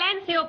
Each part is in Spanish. Silencio,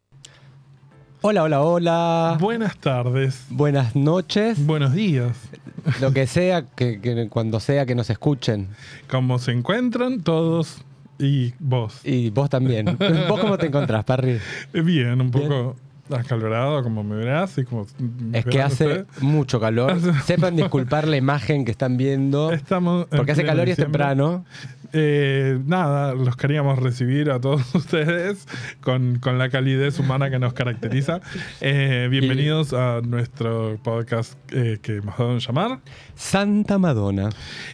Hola, hola, hola. Buenas tardes. Buenas noches. Buenos días. Lo que sea, que, que cuando sea que nos escuchen. ¿Cómo se encuentran todos y vos? Y vos también. ¿Vos cómo te encontrás, Parry? Bien, un poco acalorado, como me verás y como me Es que verán hace ustedes. mucho calor. Sepan disculpar la imagen que están viendo. Estamos en Porque hace pleno calor y es diciembre. temprano. Eh, nada, los queríamos recibir a todos ustedes con, con la calidez humana que nos caracteriza. Eh, bienvenidos a nuestro podcast eh, que hemos dado en llamar. Santa Madonna.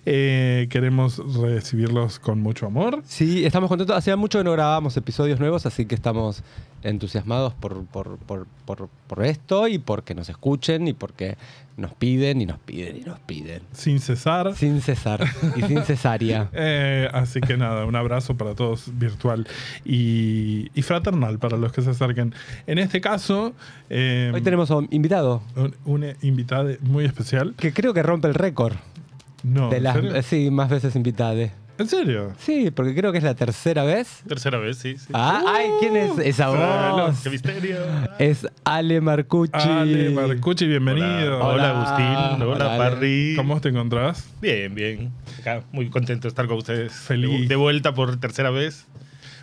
Eh, queremos recibirlos con mucho amor. Sí, estamos contentos. Hacía mucho que no grabábamos episodios nuevos, así que estamos entusiasmados por, por, por, por, por esto y porque nos escuchen y porque nos piden y nos piden y nos piden. Sin cesar. Sin cesar y sin cesárea. Eh, así que nada, un abrazo para todos virtual y, y fraternal para los que se acerquen. En este caso, eh, Hoy tenemos a un invitado un, una invitada muy especial. que creo que rompe el récord No, de ¿en las serio? eh, sí, más veces invitado. ¿En serio? Sí, porque creo que es la tercera vez. Tercera vez, sí. sí. Ah, Uh, ay, ¿quién es esa Revelo, voz? ¡Qué misterio! Es Ale Marcucci. Ale Marcucci, bienvenido. Hola, hola, Agustín. Hola, Hola, Ale. Parry. ¿Cómo te encontrás? Bien, bien. Acá muy contento de estar con ustedes. Feliz. De- De vuelta por tercera vez.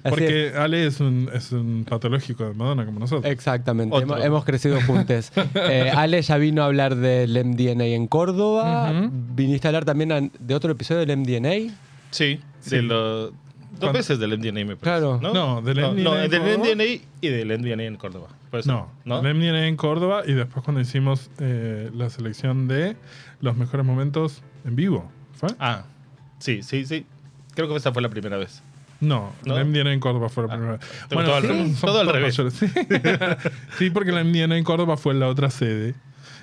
Así Porque Ale es un, es un patológico de Madonna como nosotros. Eh, Exactamente, Otro. hemos, hemos crecido juntos. Eh, Ale ya vino a hablar del MDNA en Córdoba. Ujú. Viniste a hablar también an- de otro episodio del MDNA. Sí. De los ¿Cuán- dos veces del MDNA, me parece. Claro. No, No, del no, MDNA no, en del Córdoba. MDNA y del MDNA en Córdoba. Por eso, No, el MDNA en Córdoba y después cuando hicimos eh, la selección de los mejores momentos en vivo. ¿Fue? Ah, sí, sí, sí. Creo que esa fue la primera vez. No, ¿No? Ah, la MDNA en Córdoba fue la primera. vez. todo al somos- revés. somos Todo al todos revés. mayores, Sí. Sí, porque la MDNA en Córdoba fue la otra sede.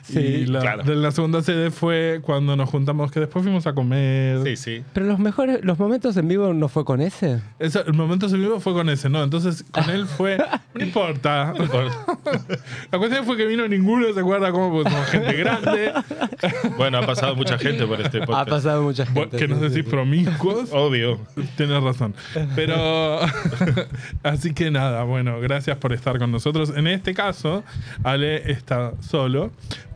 Sí, y la, claro. de la segunda sede fue cuando nos juntamos, que después fuimos a comer. Sí, sí. Pero los mejores, los momentos en vivo no fue con ese. Eso- el momento en vivo fue con ese, ¿no? Entonces con él fue. No importa. la cuestión fue que vino ninguno, ¿se acuerda cómo? Porque somos gente grande. Bueno, ha pasado mucha gente por este Ha podcast. pasado mucha Vos- gente. que nos sí, sí, decís sí. promiscuos. Obvio. Tienes razón. Pero. así que nada, bueno, gracias por estar con nosotros. En este caso, Ale está solo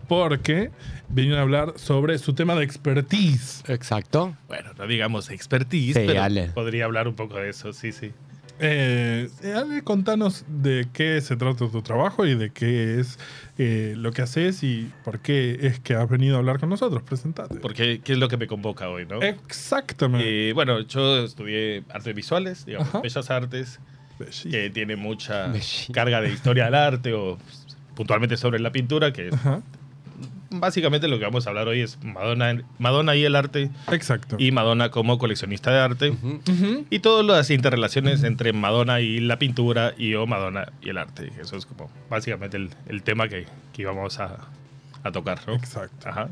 porque vinieron a hablar sobre su tema de expertise. Exacto. Bueno, no digamos expertise, Sí, pero Ale. podría hablar un poco de eso, sí, sí. Eh, Ale, contanos de qué se trata tu trabajo y de qué es eh, lo que haces y por qué es que has venido a hablar con nosotros. Presentate. Porque qué es lo que me convoca hoy, ¿no? Eh, Exactamente. Eh, bueno, yo estudié artes visuales, digamos, Ajá. bellas artes, Bellísimo. que tiene mucha Belli- carga de historia del arte o pues, puntualmente sobre la pintura, que es Ajá. básicamente lo que vamos a hablar hoy es Madonna, Madonna y el arte Exacto. y Madonna como coleccionista de arte y todas las interrelaciones entre Madonna y la pintura y o Madonna y el arte. Eso es como básicamente el, el tema que, que íbamos a, a tocar, ¿no? Exacto. Ajá.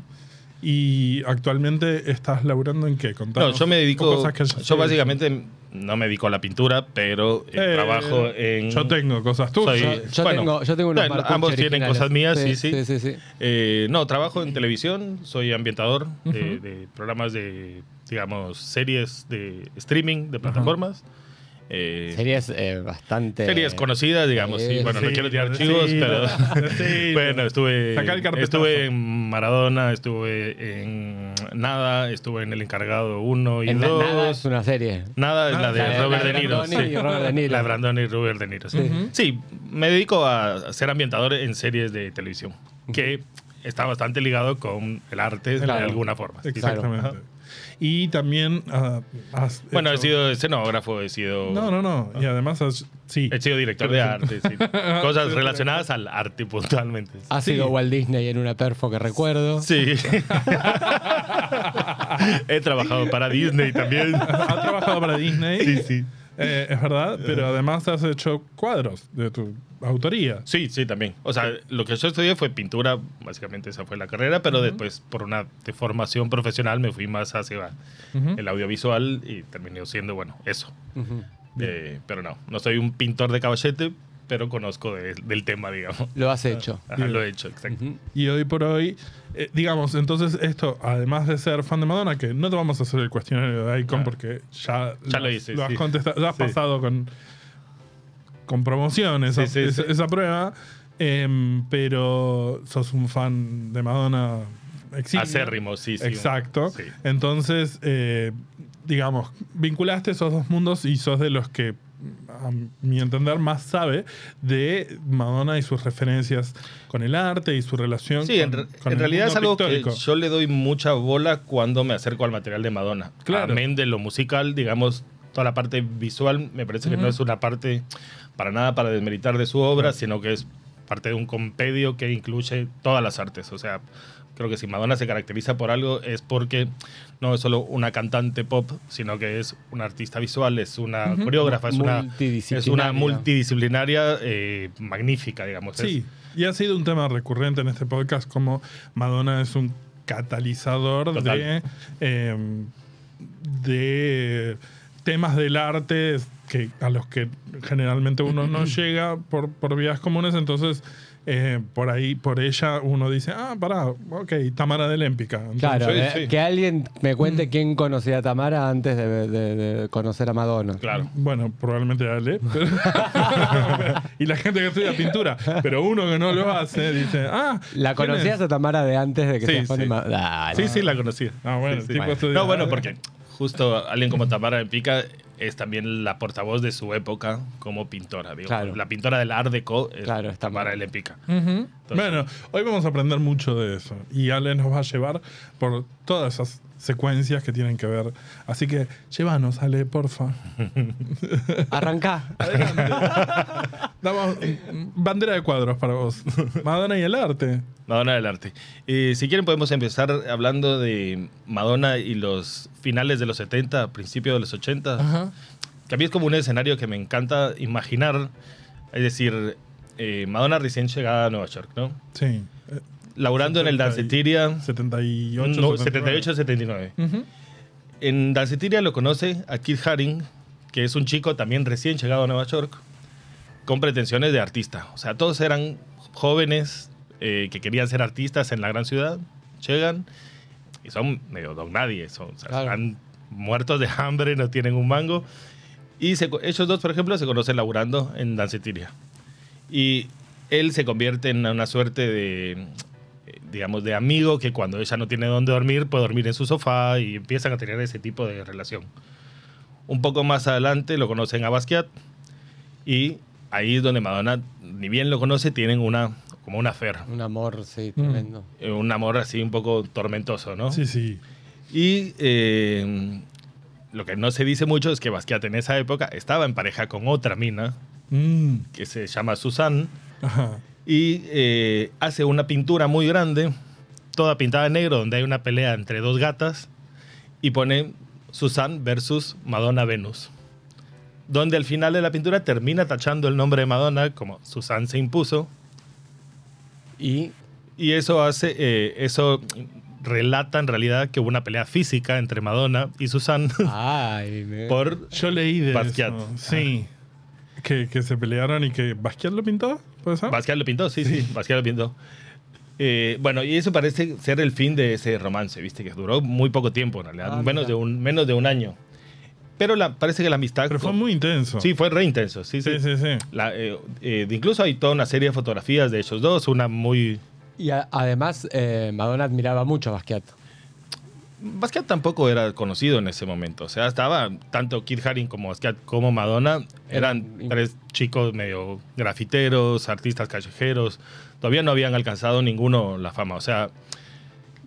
¿Y actualmente estás laburando en qué? No, Contanos yo me dedico. cosas que hayas Yo hecho. básicamente no me dedico a la pintura, pero eh, Eh, trabajo en. Yo tengo cosas tuyas. Soy- Yo, Bueno, tengo, yo tengo unos bueno, Marcucci ambos tienen originales. cosas mías, sí, sí. Sí, sí, sí. eh, no, trabajo en televisión, soy ambientador de, de programas de, digamos, series de streaming, de plataformas. Eh, Series eh, bastante. series conocidas, digamos. Sí, sí, bueno, no sí, quiero tirar sí, chivos, sí, pero. sí. bueno, estuve. Sacá el carpetazo. estuve en Maradona, estuve en Nada, estuve en El Encargado 1 y En la- 2. nada es una serie. Nada es la de La de- Robert la de De Niro. Brandoni sí. y Robert De Niro. La de Brandoni y Robert De Niro. Sí. Ujú. Sí, me dedico a ser ambientador en series de televisión, que está bastante ligado con el arte Claro. de alguna forma. sí, sí. Exactamente. Y también ah, has Bueno, he hecho- sido escenógrafo, he sido, No, no, no. Y además has- sí. He sido director de arte, sí. cosas relacionadas al arte puntualmente. Ha sido Walt Disney en una perfo que recuerdo. Sí. he trabajado para Disney también. Has trabajado para Disney. Sí, sí. Eh, Eh. es verdad, pero además has hecho cuadros de tu autoría. Sí, sí, también. O sea, lo que yo estudié fue pintura, básicamente esa fue la carrera, pero después por una deformación profesional me fui más hacia Ujú. el audiovisual y terminé siendo, bueno, eso. Ujú. Eh, pero no, no soy un pintor de caballete, pero conozco de- del tema, digamos. Lo has hecho. Ajá, lo he hecho, exacto. Ujú. Y hoy por hoy, eh, digamos, entonces esto, además de ser fan de Madonna, que no te vamos a hacer el cuestionario de Icon Claro. porque ya, Ya lo has- hice, has sí. contestado, lo has Sí. pasado con, con promoción esa, Sí, sí, esa- sí. esa prueba, em, pero sos un fan de Madonna eximio. Acérrimo, sí, sí. Exacto. Sí. Entonces, eh, digamos, vinculaste esos dos mundos y sos de los que, a mi entender, más sabe de Madonna y sus referencias con el arte y su relación Sí, en, con, re- con en el realidad es mundo algo que pictórico. yo le doy mucha bola cuando me acerco al material de Madonna. Claro. Amén de lo musical, digamos, toda la parte visual me parece que no es una parte para nada para desmeritar de su obra, sino que es parte de un compendio que incluye todas las artes. O sea, creo que si Madonna se caracteriza por algo es porque no es solo una cantante pop, sino que es una artista visual, es una coreógrafa, es una, es Multidisciplinaria. una multidisciplinaria eh, magnífica, digamos. Es- Sí, y ha sido un tema recurrente en este podcast como Madonna es un catalizador Total. de, eh, de temas del arte que, a los que generalmente uno no llega por, por vías comunes, entonces eh, por ahí, por ella, uno dice, ah, pará, ok, Tamara de Lémpica. Entonces, Claro, Sí, eh, sí. Mm. que alguien me cuente quién conocía a Tamara antes de, de- de conocer a Madonna. Claro. Bueno, probablemente Ale. pero- y la gente que estudia pintura. Pero uno que no lo hace dice, ah. ¿La ¿quién es?". conocías a Tamara de antes de que Sí, seas fan de sí. Ma- Dale. Sí, sí, la conocía. Ah, bueno, el Sí, sí. tipo estudia- No, bueno, porque justo alguien como Tamara de Pica es también la portavoz de su época como pintora. digo. Claro. La pintora del Art Deco es Claro, es Tamara. Tamara de Pica. Ujú. bueno, hoy vamos a aprender mucho de eso y Ale nos va a llevar por todas esas secuencias que tienen que ver. Así que llévanos, Ale, porfa. Arrancá. Damos mm, bandera de cuadros para vos. Madonna y el arte. Madonna del Arte. Eh, si quieren podemos empezar hablando de Madonna y los finales de los 70, principios de los 80. Que a mí es como un escenario que me encanta imaginar. Es decir, eh, Madonna recién llegada a Nueva York, ¿no? Sí. Eh, Laburando en el 70 y- Danceteria. 78. 79. No, 78, 79. Ujú. En Dancetiria lo conoce a Keith Haring, que es un chico también recién llegado a Nueva York, con pretensiones de artista. O sea, todos eran jóvenes eh, que querían ser artistas en la gran ciudad, llegan y son medio don nadie, son, o sea, Claro. están muertos de hambre, no tienen un mango. Y se co- ellos dos, por ejemplo, se conocen laburando en Dancetiria. Y él se convierte en una suerte de, eh, digamos, de amigo que cuando ella no tiene dónde dormir, puede dormir en su sofá y empiezan a tener ese tipo de relación. Un poco más adelante lo conocen a Basquiat y ahí es donde Madonna, ni bien lo conoce, tienen una, como una fer, Un amor, sí, Mm. tremendo. un amor así un poco tormentoso, ¿no? Sí, sí. Y eh, lo que no se dice mucho es que Basquiat en esa época estaba en pareja con otra mina Mm, que se llama Susan Ajá. y eh, hace una pintura muy grande, toda pintada de negro, donde hay una pelea entre dos gatas, y pone Susan versus Madonna Venus, donde al final de la pintura termina tachando el nombre de Madonna como Susan se impuso, Y y eso hace, eh, eso relata en realidad que hubo una pelea física entre Madonna y Susan Ay, me- por... Yo leí de Basquiat. eso. Sí. Que, que se pelearon y que Basquiat lo pintó, ¿puede ser? Basquiat lo pintó, sí, sí, Basquiat lo pintó. Eh, bueno, y eso parece ser el fin de ese romance, ¿viste? Que duró muy poco tiempo, en realidad, Ah, menos, mira. de un, menos de un año. Pero la, parece que la amistad... Pero fue con- muy intenso. Sí, fue re intenso, sí, sí. sí, sí. sí. La, eh, eh, incluso hay toda una serie de fotografías de ellos dos, una muy... y a- además eh, Madonna admiraba mucho a Basquiat. Oh. Basquiat tampoco era conocido en ese momento, o sea, estaba tanto Kid Haring como Basquiat como Madonna, eran Eran- tres chicos medio grafiteros, artistas callejeros, todavía no habían alcanzado ninguno la fama, o sea,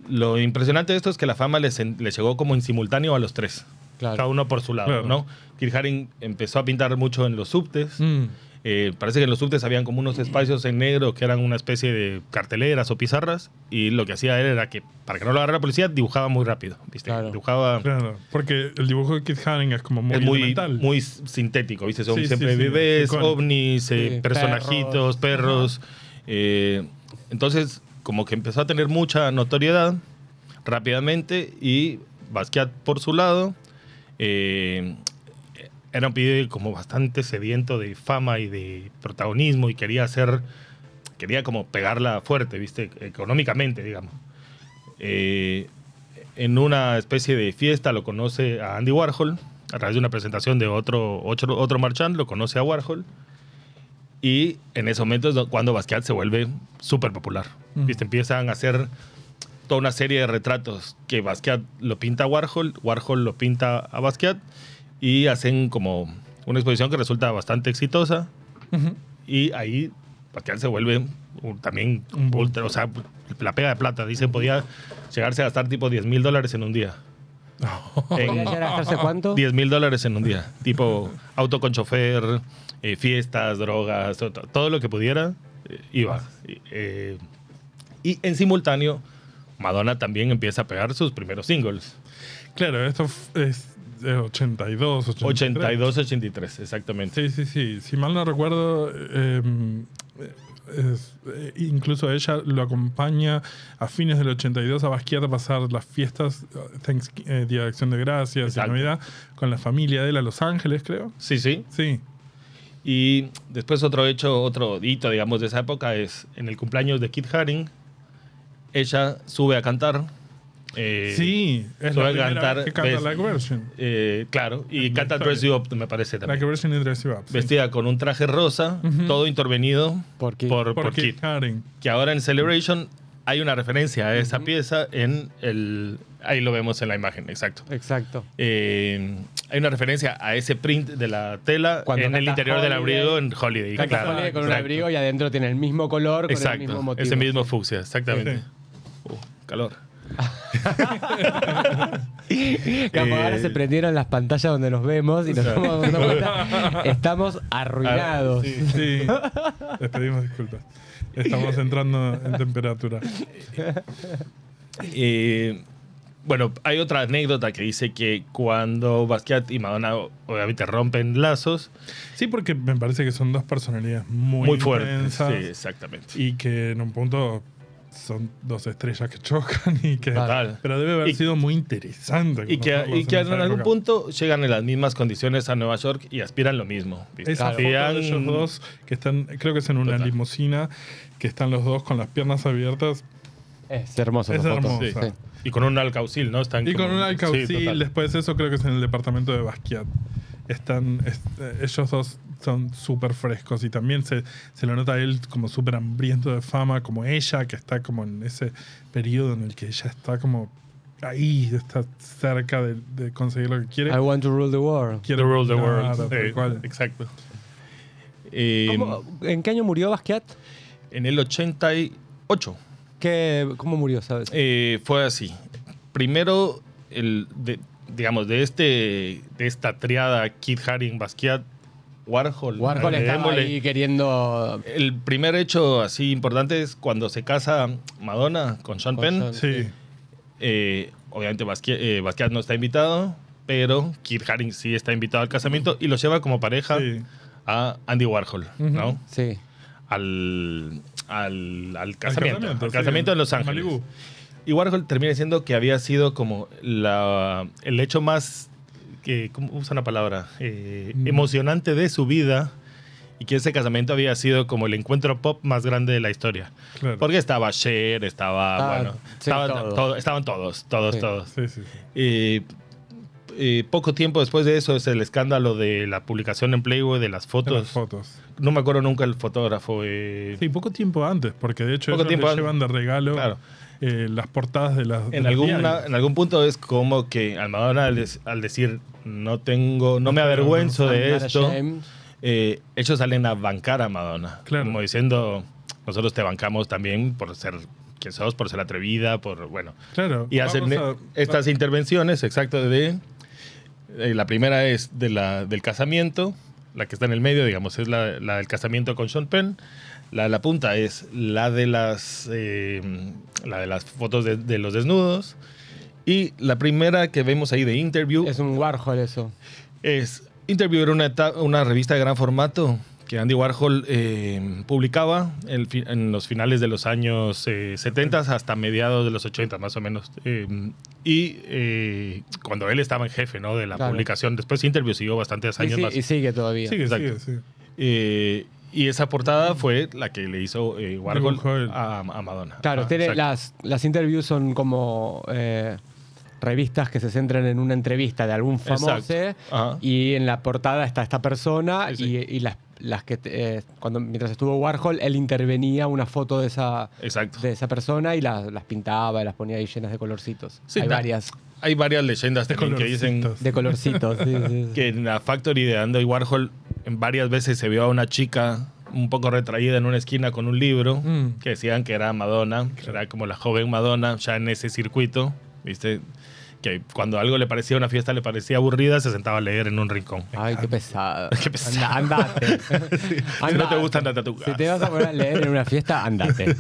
lo impresionante de esto es que la fama les, en- les llegó como en simultáneo a los tres, Claro. cada uno por su lado, Claro. ¿no? Kid Haring empezó a pintar mucho en los subtes, Mm. eh, parece que en los subtes habían como unos espacios en negro que eran una especie de carteleras o pizarras y lo que hacía él era que, para que no lo agarrara la policía, dibujaba muy rápido, ¿viste? Claro. Dibujaba... Claro, porque el dibujo de Kit Haring es como muy, es muy, elemental. muy sintético, ¿viste? Son Sí, sí, siempre sí, bebés, icónico. ovnis, eh, Sí, personajitos, perros. eh, entonces, como que empezó a tener mucha notoriedad rápidamente y Basquiat por su lado eh, era un pibe como bastante sediento de fama y de protagonismo y quería hacer, quería como pegarla fuerte, ¿viste? Económicamente, digamos. Eh, en una especie de fiesta lo conoce a Andy Warhol, a través de una presentación de otro, otro, otro marchand, lo conoce a Warhol. Y en ese momento es do- cuando Basquiat se vuelve súper popular. Mm. ¿Viste? Empiezan a hacer toda una serie de retratos que Basquiat lo pinta a Warhol, Warhol lo pinta a Basquiat y hacen como una exposición que resulta bastante exitosa. Ujú. Y ahí Basquiat se vuelve un- también Un boom. ultra, o sea, la pega de plata. Dicen podía llegarse a gastar tipo 10 mil dólares en un día. ¿Podría En- llegar a gastarse cuánto? 10 mil dólares en un día. Tipo auto con chofer, eh, fiestas, drogas, to- to- todo, lo que pudiera, eh, iba. Y, eh, y en simultáneo, Madonna también empieza a pegar sus primeros singles. Claro, esto f- es de 82, 83. 82, 83, exactamente. Sí, sí, sí. Si mal no recuerdo, eh, es- eh, incluso ella lo acompaña a fines del 82 a Basquiat a pasar las fiestas, eh, Thanks- eh, Día de Acción de Gracias Exacto. y Navidad, con la familia de él a Los Ángeles, creo. Sí, sí. Sí. Y después otro hecho, otro hito, digamos, de esa época es en el cumpleaños de Kit Haring, ella sube a cantar. eh, sí, es la suele primera cantar vez que canta Best- Like Version. eh, claro, y En la canta historia. Dress You Up, me parece también. Like Version y Dress You Up. sí. vestida con un traje rosa, Ujú. todo intervenido ¿Por por, qué? por, Por Kit Kid. Haring. Que ahora en Celebration hay una referencia a esa pieza en el... Ahí lo vemos en la imagen, exacto. Exacto. Eh, hay una referencia a ese print de la tela Cuando en el canta interior del Holiday. abrigo en Holiday. Canta claro, Holiday con un exacto. abrigo y adentro tiene el mismo color, con Exacto, el mismo motivo. ese mismo fucsia, exactamente. Sí. Uh, calor. Capaz ahora Eh, se prendieron las pantallas donde nos vemos y nos estamos dando cuenta. Estamos arruinados. Sí, sí. Les pedimos disculpas. Estamos entrando en temperatura. Eh, bueno, hay otra anécdota que dice que cuando Basquiat y Madonna obviamente rompen lazos, Sí, porque me parece que son dos personalidades muy, muy fuertes. intensas Sí, exactamente. y que en un punto son dos estrellas que chocan y que... Total. Pero debe haber Y- sido muy interesante. Y que, conocerlos y que en esa algún época. punto llegan en las mismas condiciones a Nueva York y aspiran lo mismo. ¿viste? Esa foto de ellos Aspiran- dos que están, creo que es en una Total. limusina, que están los dos con las piernas abiertas Es hermoso. Es esa foto. hermoso. Sí. Y con un alcaucil, ¿no? Están Y con como- un alcaucil, Sí, total. después de eso creo que es en el departamento de Basquiat. Están, es- eh, ellos dos son súper frescos y también se, se lo nota a él como súper hambriento de fama, como ella, que está como en ese periodo en el que ella está como ahí, está cerca de, de conseguir lo que quiere. I want to rule the world. Quiere The World, The World. Claro, tal Eh, cual. Exacto. Eh, ¿Cómo- ¿En qué año murió Basquiat? en el 88. ¿Qué, ¿Cómo murió? ¿Sabes? Eh, fue así. Primero, el de- digamos, de este de esta triada Kid Haring, Basquiat, Warhol. Warhol estaba Démosle. ahí queriendo. El primer hecho así importante es cuando se casa Madonna con Sean Con Sean. Penn. Sí, Eh, obviamente Basquiat, eh, Basquiat no está invitado, pero Kit Haring sí está invitado al casamiento y lo lleva como pareja sí. a Andy Warhol, ¿no? Sí. Al, al, al casamiento. Al casamiento, sí, en Los Ángeles. Malibú. Y Warhol termina diciendo que había sido como la, el hecho más, que, ¿cómo usa una palabra? Eh, Mm. Emocionante de su vida y que ese casamiento había sido como el encuentro pop más grande de la historia. Claro. Porque estaba Cher, estaba, Estaba- bueno, Ah, sí, estaba- todo. todo- estaban todos, todos, Sí. todos. Sí, sí, sí. Eh, eh, poco tiempo después de eso es el escándalo de la publicación en Playboy de las De fotos. las fotos. No me acuerdo nunca el fotógrafo. eh, Sí, poco tiempo antes, porque de hecho Poco ellos tiempo le antes. llevan de regalo Claro. eh, las portadas de las... de en, los alguna, diarios. en algún punto es como que al Madonna al, des- al decir no tengo, no me avergüenzo de Andara esto, James. eh, ellos salen a bancar a Madonna. Claro. Como diciendo, nosotros te bancamos también por ser quien sos, por ser atrevida, por bueno. Claro. Y hacen e- vamos a- estas intervenciones, exacto, de... eh, la primera es de la, del casamiento, la que está en el medio, digamos, es la, la del casamiento con Sean Penn. La de la punta es la de las, eh, la de las fotos de, de los desnudos. Y la primera que vemos ahí de Interview Es un Warhol eso. es Interview era una, eta- una revista de gran formato que Andy Warhol eh, publicaba el fi- en los finales de los años eh, 70 hasta mediados de los 80 más o menos. Eh, y eh, cuando él estaba en jefe ¿no? de la Claro. publicación, después Interview siguió bastantes Y, años sí- más. y sigue todavía. Sigue, Exacto. sigue, sigue. Eh, y esa portada fue la que le hizo eh, Warhol Dibujó él. a, a Madonna. Claro, Ah, tiene- exacto. las, las interviews son como eh, revistas que se centran en una entrevista de algún famoso Exacto. Ajá. y en la portada está esta persona Sí, sí. y, y las, las que eh, cuando mientras estuvo Warhol él intervenía una foto de esa Exacto. de esa persona y las, las pintaba y las ponía ahí llenas de colorcitos. Sí, Hay da- varias Hay varias leyendas también que dicen colorcitos. de colorcitos. sí, sí, sí. que en la Factory de Andy Warhol en varias veces se vio a una chica un poco retraída en una esquina con un libro Mm. que decían que era Madonna, que era como la joven Madonna ya en ese circuito, ¿viste? Que cuando algo le parecía una fiesta, le parecía aburrida, se sentaba a leer en un rincón. Ay, qué pesado. Qué pesado. Anda- andate. Si no te gusta, andate a tu Si te casa. vas a poner a leer en una fiesta, andate.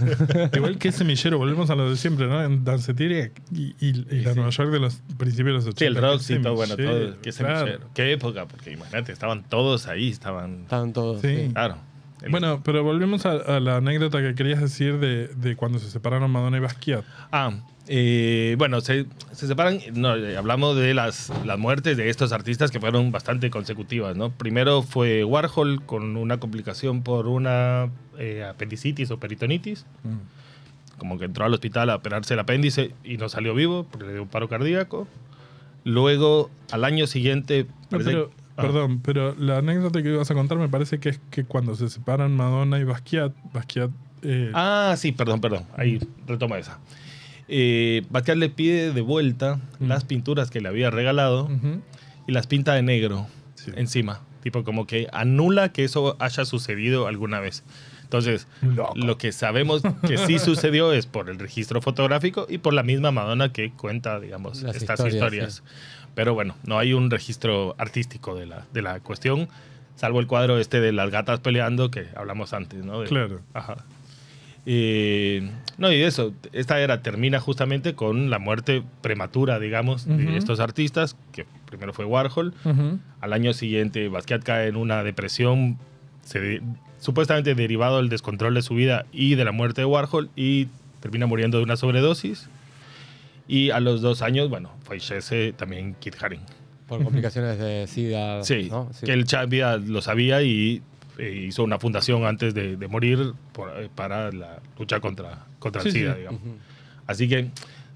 Igual que ese millero, volvemos a lo de siempre, ¿no? En Danceteria y, y- y la Nueva York de los principios de los 80. Sí, el Que rock, ese sí, todo, bueno, millero, todo. Que se claro. Qué época, porque imagínate, estaban todos ahí, estaban. Estaban todos. Sí. sí. Claro. El- Bueno, pero volvemos a, a la anécdota que querías decir de, de cuando se separaron Madonna y Basquiat. Ah, eh, bueno, se, se separan. no, eh, hablamos de las, las muertes de estos artistas que fueron bastante consecutivas, ¿no? Primero fue Warhol con una complicación por una eh, apendicitis o peritonitis. Como que entró al hospital a operarse el apéndice y no salió vivo porque le dio un paro cardíaco. Luego, al año siguiente. No, parece- pero, Ah, Perdón, pero la anécdota que ibas a contar me parece que es que cuando se separan Madonna y Basquiat, Basquiat eh, Ah, sí, perdón, perdón. Ahí retoma esa. Eh, Basquiat le pide de vuelta Mm. las pinturas que le había regalado. ujú, y las pinta de negro Sí. encima. Tipo, como que anula que eso haya sucedido alguna vez. Entonces, Loco. lo que sabemos que sí sucedió es por el registro fotográfico y por la misma Madonna que cuenta, digamos, Las estas historias, historias. Pero bueno, no hay un registro artístico de la, de la cuestión, salvo el cuadro este de las gatas peleando que hablamos antes, ¿no? De- Claro. Ajá. Eh, no, y eso, esta era termina justamente con la muerte prematura, digamos, Ujú. de estos artistas, que primero fue Warhol, ujú, al año siguiente Basquiat cae en una depresión, se de- supuestamente derivado del descontrol de su vida y de la muerte de Warhol, y termina muriendo de una sobredosis. Y a los dos años, bueno, fallece también Kit Haring. Por complicaciones de SIDA. Sí, Ah, ¿no? Sí. que el Chavia lo sabía y eh, hizo una fundación antes de, de morir por- eh, para la lucha contra, contra el Sí, SIDA, sí. digamos. Así que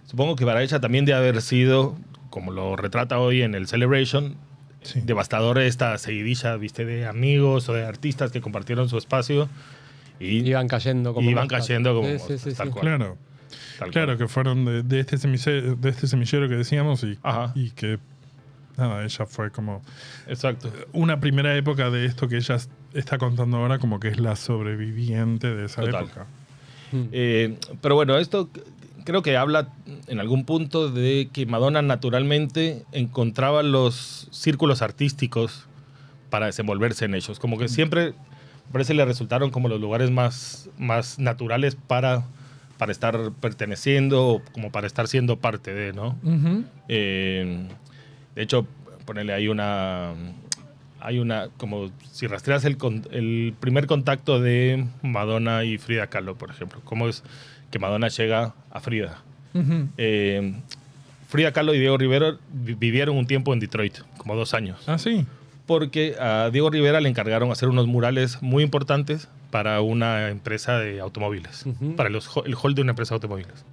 supongo que para ella también de haber sido, como lo retrata hoy en el Celebration, sí. devastador esta seguidilla, viste, de amigos o de artistas que compartieron su espacio y Iban cayendo como. Iban moscas. cayendo como Sí, sí, moscas, sí, tal sí. cual. Claro, tal claro cual. que fueron de, de este semillero, de este semillero que decíamos y, Ajá. y que nada, ella fue como Exacto. una primera época de esto que ella está contando ahora como que es la sobreviviente de esa Total. época. Eh, pero bueno, esto c- creo que habla en algún punto de que Madonna naturalmente encontraba los círculos artísticos para desenvolverse en ellos. Como que siempre, parece, le resultaron como los lugares más, más naturales para, para estar perteneciendo o como para estar siendo parte de, ¿no? Eh, de hecho, ponerle ahí una. Hay una. Como si rastreas el, con- el primer contacto de Madonna y Frida Kahlo, por ejemplo. ¿Cómo es que Madonna llega a Frida? Eh, Frida Kahlo y Diego Rivera vi- vivieron un tiempo en Detroit, como dos años. Ah, sí. Porque a Diego Rivera le encargaron hacer unos murales muy importantes para una empresa de automóviles, Ujú. para los ho- el hall de una empresa de automóviles.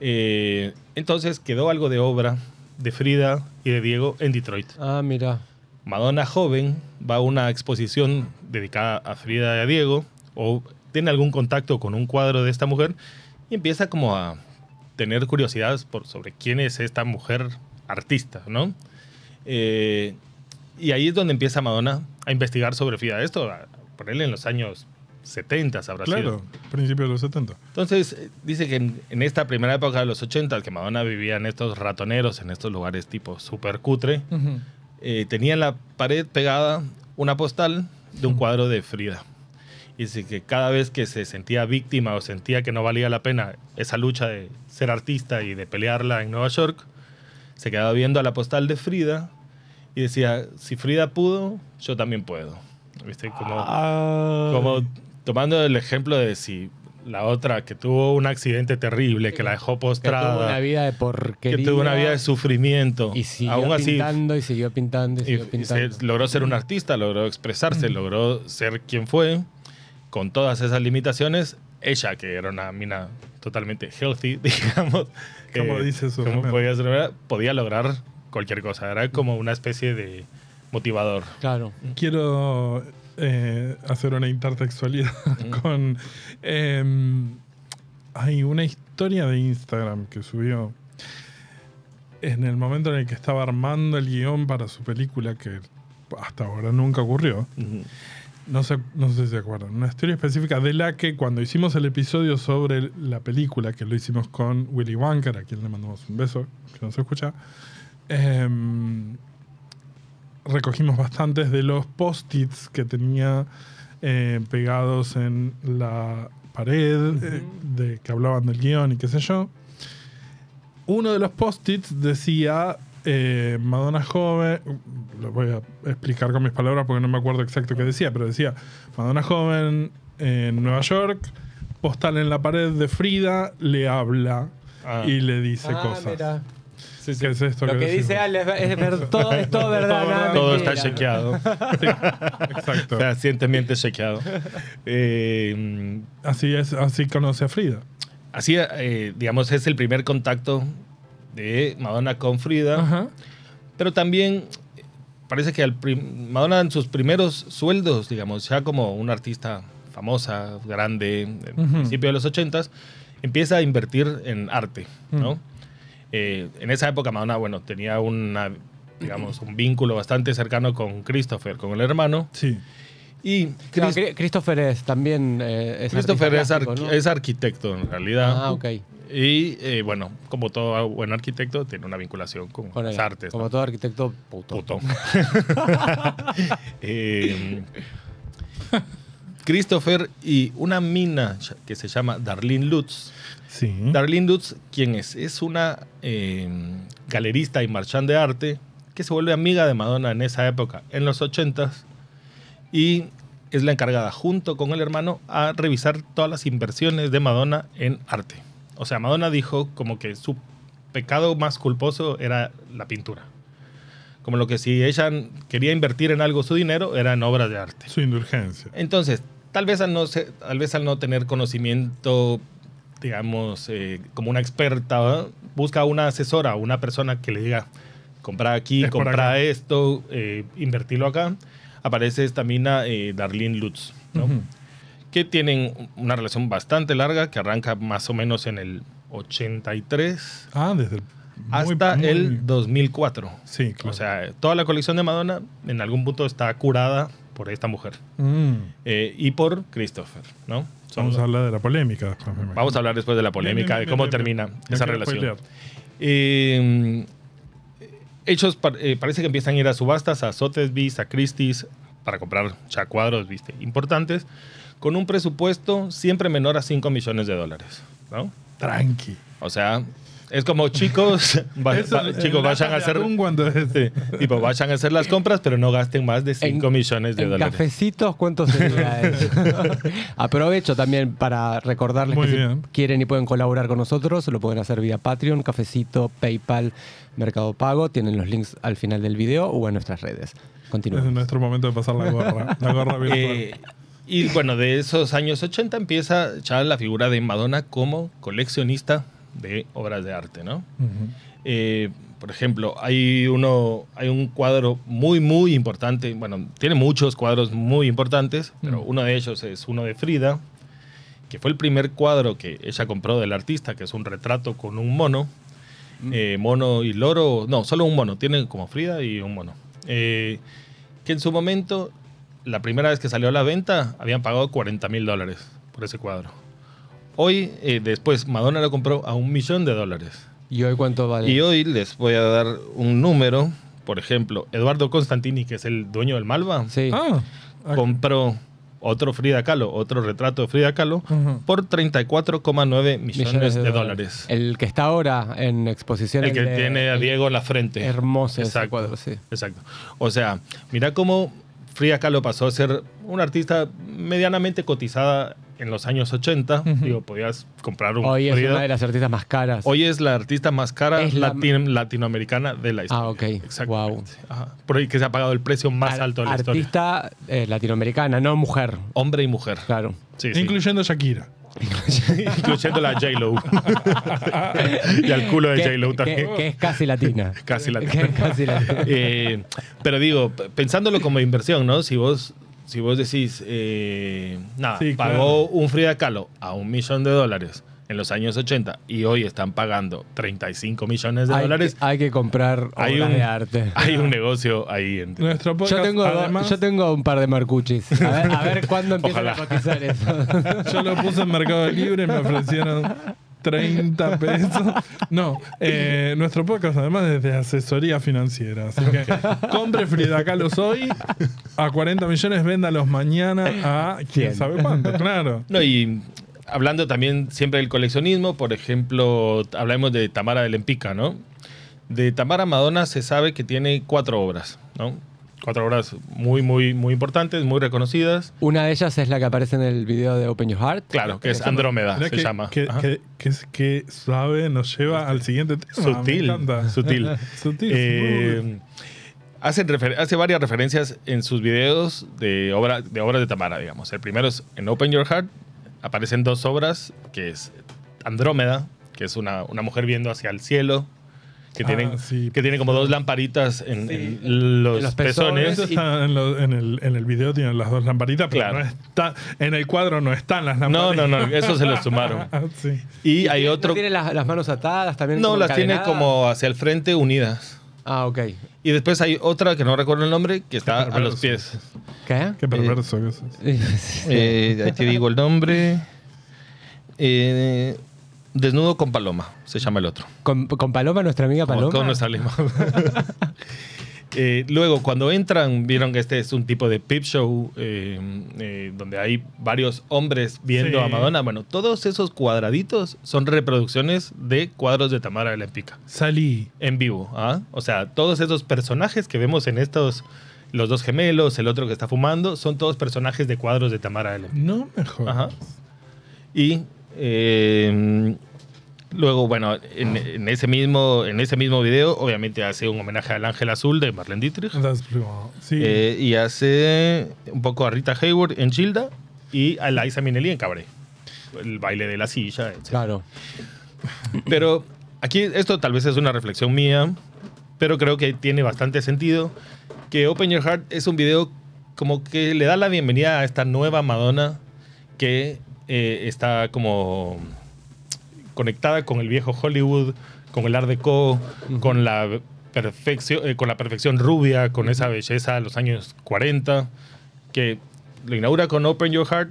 Eh, entonces quedó algo de obra de Frida y de Diego en Detroit. Ah, mira. Madonna joven va a una exposición dedicada a Frida y a Diego o tiene algún contacto con un cuadro de esta mujer y empieza como a tener curiosidades por, sobre quién es esta mujer artista, ¿no? Eh, y ahí es donde empieza Madonna a investigar sobre Frida. Esto, a- por él en los años 70 habrá sido. Claro, principio de los 70. Entonces, eh, dice que en, en esta primera época de los 80, que Madonna vivía en estos ratoneros, en estos lugares tipo super cutre, eh, tenía en la pared pegada una postal de un cuadro de Frida. Y dice que cada vez que se sentía víctima o sentía que no valía la pena esa lucha de ser artista y de pelearla en Nueva York, se quedaba viendo a la postal de Frida y decía, si Frida pudo, yo también puedo. ¿Viste? Como, Ah. como tomando el ejemplo de si la otra que tuvo un accidente terrible, que la dejó que postrada, tuvo una vida de porquería. que tuvo una vida de sufrimiento, Y siguió aún así pintando, y siguió pintando, y y- siguió y pintando. se- logró ser un artista, logró expresarse, logró ser quien fue, con todas esas limitaciones. Ella, que era una mina totalmente healthy, digamos, eh, Como dice su como remera. podía, ser, ¿verdad? podía lograr cualquier cosa. Era como una especie de motivador. Claro. Quiero eh, hacer una intertextualidad con. em, hay una historia de Instagram que subió en el momento en el que estaba armando el guión para su película, que hasta ahora nunca ocurrió. No sé, no sé si se acuerdan. Una historia específica de la que cuando hicimos el episodio sobre la película, que lo hicimos con Willy Wonka, a quien le mandamos un beso, que nos escucha, em, recogimos bastantes de los post-its que tenía eh, pegados en la pared, eh, de, que hablaban del guión y qué sé yo. Uno de los post-its decía eh, Madonna joven, lo voy a explicar con mis palabras porque no me acuerdo exacto qué decía, pero decía Madonna joven en Nueva York, postal en la pared de Frida, le habla Ah. y le dice cosas. ¿Qué es esto Lo que decimos? dice Ale es, ver- ver- todo, es todo verdad. Todo nada verdad. Todo mentira. está chequeado, Exacto. fehacientemente chequeado. Eh, Así es, así conoce a Frida. así, eh, digamos, es el primer contacto de Madonna con Frida. Ajá. Pero también parece que al prim- Madonna en sus primeros sueldos, digamos, ya como una artista famosa, grande, en Ujú. principio de los 80s, empieza a invertir en arte, ¿no? Mm. Eh, en esa época Madonna, bueno, tenía una, digamos, un vínculo bastante cercano con Christopher, con el hermano, Sí. y Claro, Chris- Cri- Christopher es también. eh, es Christopher es, artista arqui- gráfico, ¿no? es arquitecto en realidad. Ah, ok. Y eh, bueno, como todo buen arquitecto, tiene una vinculación con, Con las él. artes. ¿no? Como todo arquitecto puto. Puto. Eh, Christopher y una mina que se llama Darlene Lutz. Sí. Darlene Lutz, ¿quién es? Es una eh, galerista y marchand de arte que se vuelve amiga de Madonna en esa época, en los 80s, y es la encargada, junto con el hermano, a revisar todas las inversiones de Madonna en arte. O sea, Madonna dijo como que su pecado más culposo era la pintura. Como lo que si ella quería invertir en algo su dinero, era en obras de arte. Su indulgencia. Entonces, tal vez al no, se- tal vez al no tener conocimiento, digamos, eh, como una experta, ¿verdad? busca una asesora, una persona que le diga, compra aquí, Es por compra acá". esto, eh, invertilo acá. Aparece esta mina eh, Darlene Lutz, ¿no? Ujú. que tienen una relación bastante larga, que arranca más o menos en el 83 Ah, desde el. muy- hasta muy- el 2004. Sí, claro. O sea, toda la colección de Madonna en algún punto está curada por esta mujer Mm. eh, y por Christopher, ¿no? Son- Vamos a hablar de la polémica después. me imagino. vamos a hablar después de la polémica, Bien, bien, de bien, cómo bien, termina bien. No esa quiero relación. spoilear. Eh, hechos, par- eh, parece que empiezan a ir a subastas, a Sotheby's, a Christie's, para comprar ya cuadros, viste, importantes, con un presupuesto siempre menor a 5 millones de dólares, ¿no? Tranqui. O sea, es como chicos, va- Eso, va- el chicos, lata vayan a de hacer... atún cuando es- este. Sí, tipo, vayan a hacer las compras, pero no gasten más de 5 En- millones de en dólares. cafecitos, ¿cuántos sería eso? Aprovecho también para recordarles Muy que bien. si quieren y pueden colaborar con nosotros, lo pueden hacer vía Patreon, Cafecito, PayPal, Mercado Pago. Tienen los links al final del video o en nuestras redes. Es Continuamos. nuestro momento de pasar la gorra. La gorra virtual. Eh, y bueno, de esos años 80 empieza ya la figura de Madonna como coleccionista de obras de arte, ¿no? Ujú. Eh, por ejemplo, hay uno, hay un cuadro muy, muy importante. Bueno, tiene muchos cuadros muy importantes, pero uno de ellos es uno de Frida, que fue el primer cuadro que ella compró del artista, que es un retrato con un mono. Eh, mono y loro, no, solo un mono, tiene como Frida y un mono. Eh, que en su momento, la primera vez que salió a la venta, habían pagado 40 mil dólares por ese cuadro. Hoy, eh, después, Madonna lo compró a un millón de dólares. ¿Y hoy cuánto vale? Y hoy les voy a dar un número por ejemplo, Eduardo Constantini, que es el dueño del Malva, Sí. Ah, ah, compró otro Frida Kahlo, otro retrato de Frida Kahlo, Ujú. por 34,9 millones, de, dólares. El que está ahora en exposición. El que de- tiene a el- Diego en la frente. Hermoso ese Exacto. cuadro, sí. Exacto. O sea, mira cómo Frida Kahlo pasó a ser una artista medianamente cotizada en los años 80. Ujú. Digo, podías comprar un Hoy es Frida. una de las artistas más caras. Hoy es la artista más cara Es la- latin- latinoamericana de la historia. Ah, ok. Exactamente. Ajá. Por ahí que se ha pagado el precio más Ar- alto de la historia. Artista eh, latinoamericana, no mujer. Hombre y mujer. Claro. Sí, sí. Incluyendo Shakira. Incluyendo la J-Lo. y al culo de Que, J-Lo también. que- que es casi latina. Casi latina. Que es casi latina. Eh, pero digo, p- pensándolo como inversión, ¿no? Si vos, si vos decís, eh, nada, Sí, pagó un Frida Kahlo a un millón de dólares en los años 80 y hoy están pagando 35 millones de hay, dólares, que, hay que comprar hay obras un, de arte. hay un negocio ahí. en- Nuestro podcast, Yo tengo, además, yo tengo un par de marcuchis. A ver, a ver cuándo empiezan a Ojalá. cotizar eso. yo lo puse en Mercado Libre, me ofrecieron 30 pesos. No, eh, nuestro podcast además es de asesoría financiera. Así que compre Frida Kahlo hoy, a 40 millones, véndalos mañana a quién ¿Quién? sabe cuánto, claro. No, y hablando también siempre del coleccionismo, por ejemplo, hablamos de Tamara de Lempica, ¿no? De Tamara Madonna se sabe que tiene cuatro obras, ¿no? Cuatro obras muy, muy, muy importantes, muy reconocidas. Una de ellas es la que aparece en el video de Open Your Heart. Claro, que es Andrómeda, Mirá se que- llama. Que, Ajá. que- que es que suave nos lleva al siguiente tema. Ah, me Sutil, encanta. sutil. Sutil. Eh, hace, refer- hace varias referencias en sus videos de, obra, de obras de Tamara, digamos. El primero es en Open Your Heart, aparecen dos obras, que es Andrómeda, que es una, una mujer viendo hacia el cielo, que, Ah, tienen, sí. que tiene como dos lamparitas en, Sí, en los, en los pezones. pezones. Eso y- está en, lo- en el, en el video, tienen las dos lamparitas, pero Claro. no está, en el cuadro no están las No, lamparitas. no, no, eso se lo sumaron. Ah, sí. Y hay ¿No otro... tiene las, las manos atadas también? No, como las tiene encadenadas? como hacia el frente unidas. Ah, ok. Y después hay otra que no recuerdo el nombre, que está a perverso. los pies. ¿Qué? Qué perverso que sos. Eh, ahí te digo el nombre. Eh, Desnudo con Paloma, se llama el otro. ¿Con, con Paloma, nuestra amiga Paloma. Con nuestra lema. Eh, luego, cuando entran, vieron que este es un tipo de peep show eh, eh, donde hay varios hombres viendo Sí. a Madonna. Bueno, todos esos cuadraditos son reproducciones de cuadros de Tamara de la Pica Salí. en vivo. ¿ah? O sea, todos esos personajes que vemos en estos, los dos gemelos, el otro que está fumando, son todos personajes de cuadros de Tamara de la No mejor. Ajá. Y eh, luego, bueno, en, en ese mismo, en ese mismo video, obviamente hace un homenaje al Ángel Azul de Marlene Dietrich. Das Blue. Sí. Eh, y hace un poco a Rita Hayward en Gilda y a Liza Minnelli en Cabaret. El baile de la silla, etc. Claro. Pero aquí esto tal vez es una reflexión mía, pero creo que tiene bastante sentido que Open Your Heart es un video como que le da la bienvenida a esta nueva Madonna que eh, está como conectada con el viejo Hollywood, con el Art Deco, con la perfección, eh, con la perfección rubia, con esa belleza de los años 40, que lo inaugura con Open Your Heart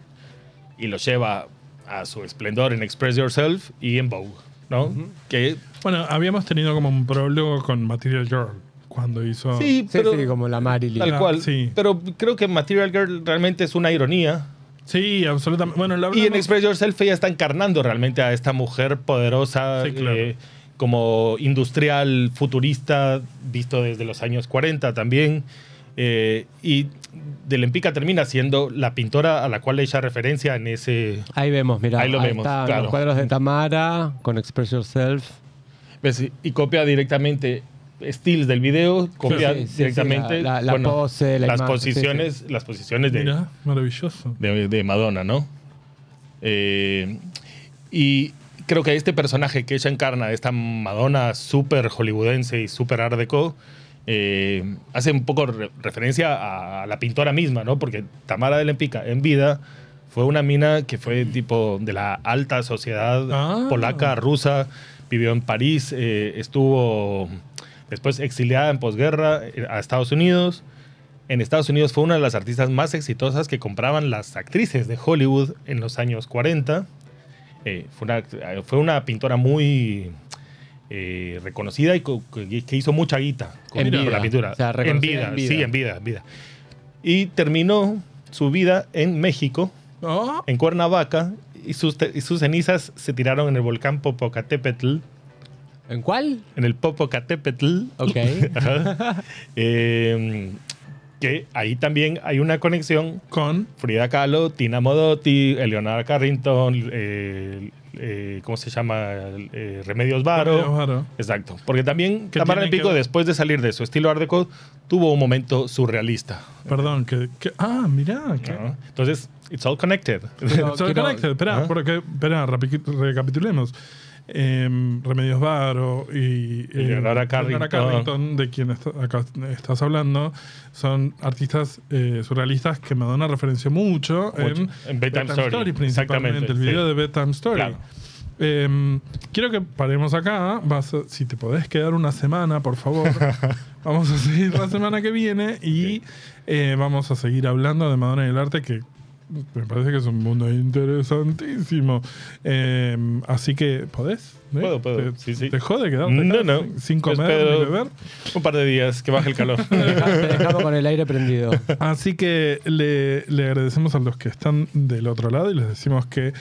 y lo lleva a su esplendor en Express Yourself y en Vogue, ¿no? Que Bueno, habíamos tenido como un prólogo con Material Girl cuando hizo. sí, Sí, pero sí, como la Marilyn. tal cual. sí. Pero creo que Material Girl realmente es una ironía. Sí, absolutamente. Bueno, la Y en Express Yourself ella está encarnando realmente a esta mujer poderosa, Sí, claro. eh, como industrial, futurista, visto desde los años 40 también. Eh, y de Lempica termina siendo la pintora a la cual ella referencia en ese... Ahí vemos, mira. Ahí lo vemos, están claro. Los cuadros de Tamara con Express Yourself. Pues, y copia directamente estilos del video, copia Sí, sí, sí, directamente la- la- la pose, la las imagen, sí, posiciones, las posiciones de, Mira, maravilloso. de, de Madonna, ¿no? Eh, y creo que este personaje que ella encarna, esta Madonna súper hollywoodense y súper art deco, eh, hace un poco re- referencia a, a la pintora misma, ¿no? Porque Tamara de Lempica, en vida, fue una mina que fue tipo de la alta sociedad Ah. polaca, rusa, vivió en París, eh, estuvo después exiliada en posguerra eh, a Estados Unidos. En Estados Unidos fue una de las artistas más exitosas que compraban las actrices de Hollywood en los años 40. Eh, fue, una, act- eh, fue una pintora muy eh, reconocida y co- que que hizo mucha guita con, En con vida. la pintura. O sea, en, reconocida vida, en vida. sí, en vida, en vida. Y terminó su vida en México, Oh, en Cuernavaca, y sus, te- y sus cenizas se tiraron en el volcán Popocatépetl, ¿En cuál? en el Popocatépetl, Ok. eh, que ahí también hay una conexión con. Frida Kahlo, Tina Modotti, Eleonora Carrington, eh, eh, ¿cómo se llama? Eh, Remedios Varo. Claro. Exacto. Porque también Que Tamara tiene del Pico, que- después de salir de su estilo Art Deco, tuvo un momento surrealista. Perdón, que, que- Ah, mirá. que- ¿no? Entonces, it's all connected. Pero Soy quiero- ¿Ah? Connected, espera, Ajá. porque, espera, rapi- recapitulemos. Em, Remedios Varo y eh, Eleonora Eleonora Carrington. Carrington, de quien est- acá estás hablando, son artistas eh, surrealistas que Madonna referenció mucho, Mucho. en, En Bedtime Story, principalmente, exactamente, el video sí. de Bedtime Story. Claro. Em, quiero que paremos acá. Vas a- si te podés quedar una semana, por favor. vamos a seguir la semana que viene y eh, vamos a seguir hablando de Madonna y el arte, que me parece que es un mundo interesantísimo. Em, así que, ¿podés? ¿Eh? Puedo, puedo, ¿Te, sí, sí. ¿Te jode quedarte No, acá no. sin- sin comer Espero- ni beber? un par de días, que baje el calor. Te dejamos con el aire prendido. Así que le, le agradecemos a los que están del otro lado y les decimos que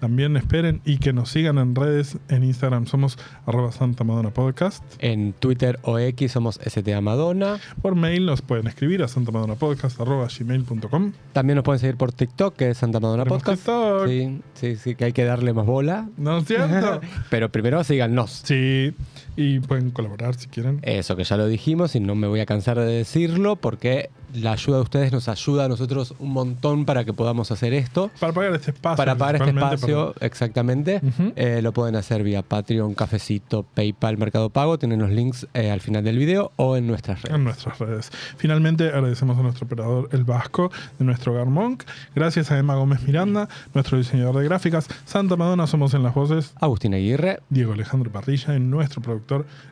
también esperen y que nos sigan en redes. En Instagram somos arroba Santa Madonna Podcast. En Twitter o X somos STA Madonna. Por mail nos pueden escribir a santamadonapodcast.gmail.com. También nos pueden seguir por TikTok, que es Santa Madonna Tenemos Podcast. TikTok. Sí, sí, sí, que hay que darle más bola. ¿No es cierto? Pero primero síganos. sí. Y pueden colaborar si quieren. Eso que ya lo dijimos y no me voy a cansar de decirlo porque la ayuda de ustedes nos ayuda a nosotros un montón para que podamos hacer esto. Para pagar este espacio. Para pagar este principalmente, espacio, exactamente, Ujú. eh, lo pueden hacer vía Patreon, Cafecito, PayPal, Mercado Pago. Tienen los links eh, al final del video o en nuestras en redes. nuestras redes. Finalmente agradecemos a nuestro operador El Vasco de nuestro Garmonk. Gracias a Emma Gómez Miranda, nuestro diseñador de gráficas. Santa Madonna somos en las voces. Agustín Aguirre. Diego Alejandro Parrilla y nuestro productor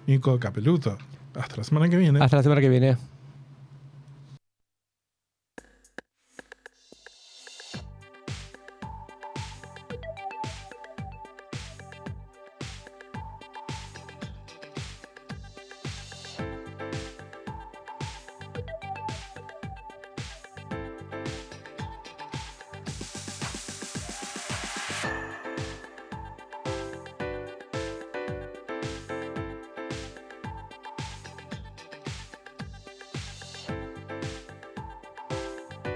Nico Capeluto. Hasta la semana que viene. Hasta la semana que viene.